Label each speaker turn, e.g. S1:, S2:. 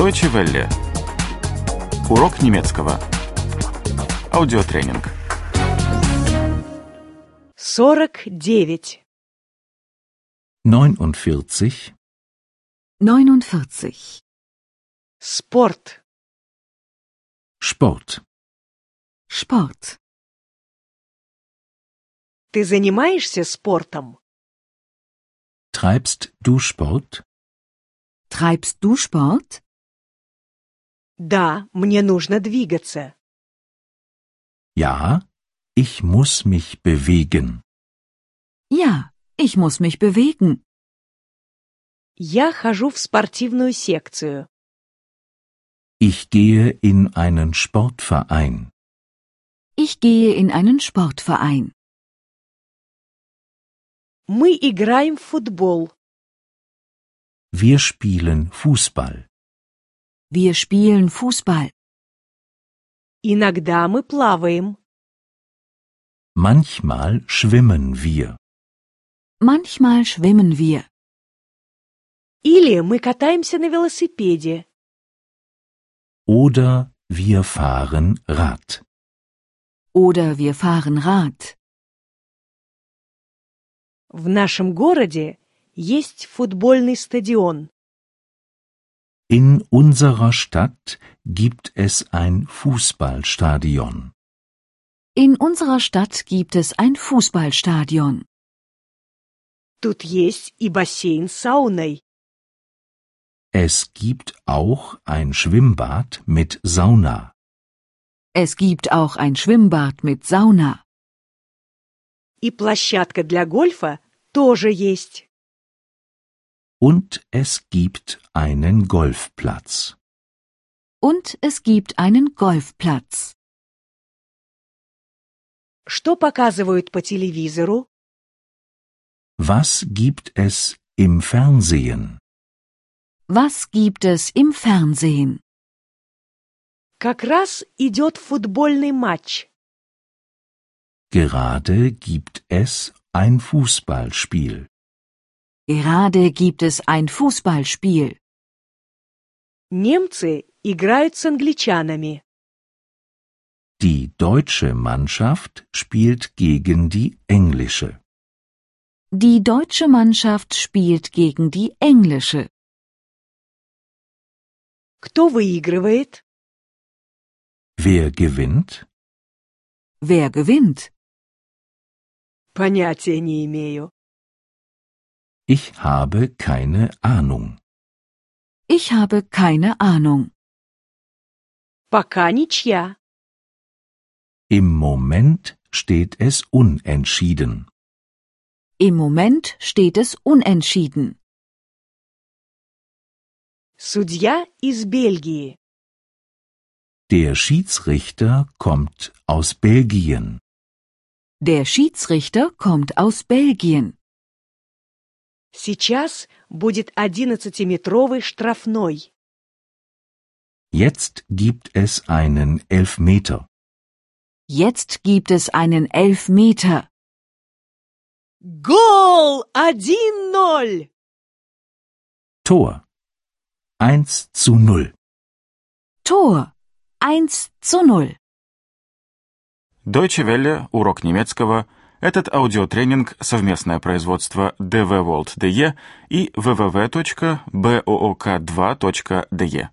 S1: Deutsche Welle. Урок немецкого. Аудиотренинг.
S2: 49.
S3: 49.
S4: 49.
S2: Спорт.
S3: Sport.
S4: Sport.
S2: Ты занимаешься спортом?
S3: Treibst du Sport?
S4: Treibst du Sport?
S2: Да, мне нужно двигаться.
S3: Ja, ich muss mich bewegen.
S4: Ja, ich muss mich bewegen.
S2: Я хожу в спортивную секцию.
S3: Ich gehe in einen Sportverein.
S4: Ich gehe in einen Sportverein.
S2: Мы играем в футбол.
S3: Wir spielen Fußball.
S4: Wir spielen Fußball.
S2: Иногда мы плаваем.
S3: Manchmal schwimmen wir.
S4: Manchmal schwimmen wir.
S2: Или мы катаемся на велосипеде.
S3: Oder wir fahren Rad.
S4: Oder wir fahren Rad.
S2: В нашем городе есть футбольный стадион.
S3: In unserer Stadt gibt es ein Fußballstadion.
S4: In unserer Stadt gibt es ein Fußballstadion.
S2: Тут есть и бассейн с сауной.
S3: Es gibt auch ein Schwimmbad mit Sauna.
S4: Es gibt auch ein Schwimmbad mit Sauna.
S2: И площадка для гольфа тоже есть.
S3: Und es gibt einen Golfplatz.
S4: Und es gibt einen Golfplatz.
S2: Что показывают по телевизору?
S3: Was gibt es im Fernsehen?
S4: Was gibt es im Fernsehen?
S2: Как раз идет футбольный матч.
S3: Gerade gibt es ein Fußballspiel.
S4: Gerade gibt es ein Fußballspiel.
S2: Немцы играют с англичанами.
S3: Die deutsche Mannschaft spielt gegen die englische.
S4: Die deutsche Mannschaft spielt gegen die englische.
S2: Кто выигрывает?
S3: Wer gewinnt?
S4: Wer gewinnt?
S2: Понятия не имею.
S3: Ich habe keine Ahnung.
S4: Ich habe keine Ahnung.
S2: Пока ничья.
S3: Im Moment steht es unentschieden.
S4: Im Moment steht es unentschieden.
S2: Судья из Бельгии.
S3: Der Schiedsrichter kommt aus Belgien.
S4: Der Schiedsrichter kommt aus Belgien.
S2: Сейчас будет 11-метровый штрафной.
S3: Jetzt gibt es einen Elfmeter.
S4: Jetzt gibt es einen Elfmeter.
S2: Гол 1-0!
S3: Tor. 1 zu 0.
S4: Tor. 1 zu 0.
S1: Deutsche Welle. Урок немецкого. Этот аудиотренинг – совместное производство DW World DE и www.book2.de.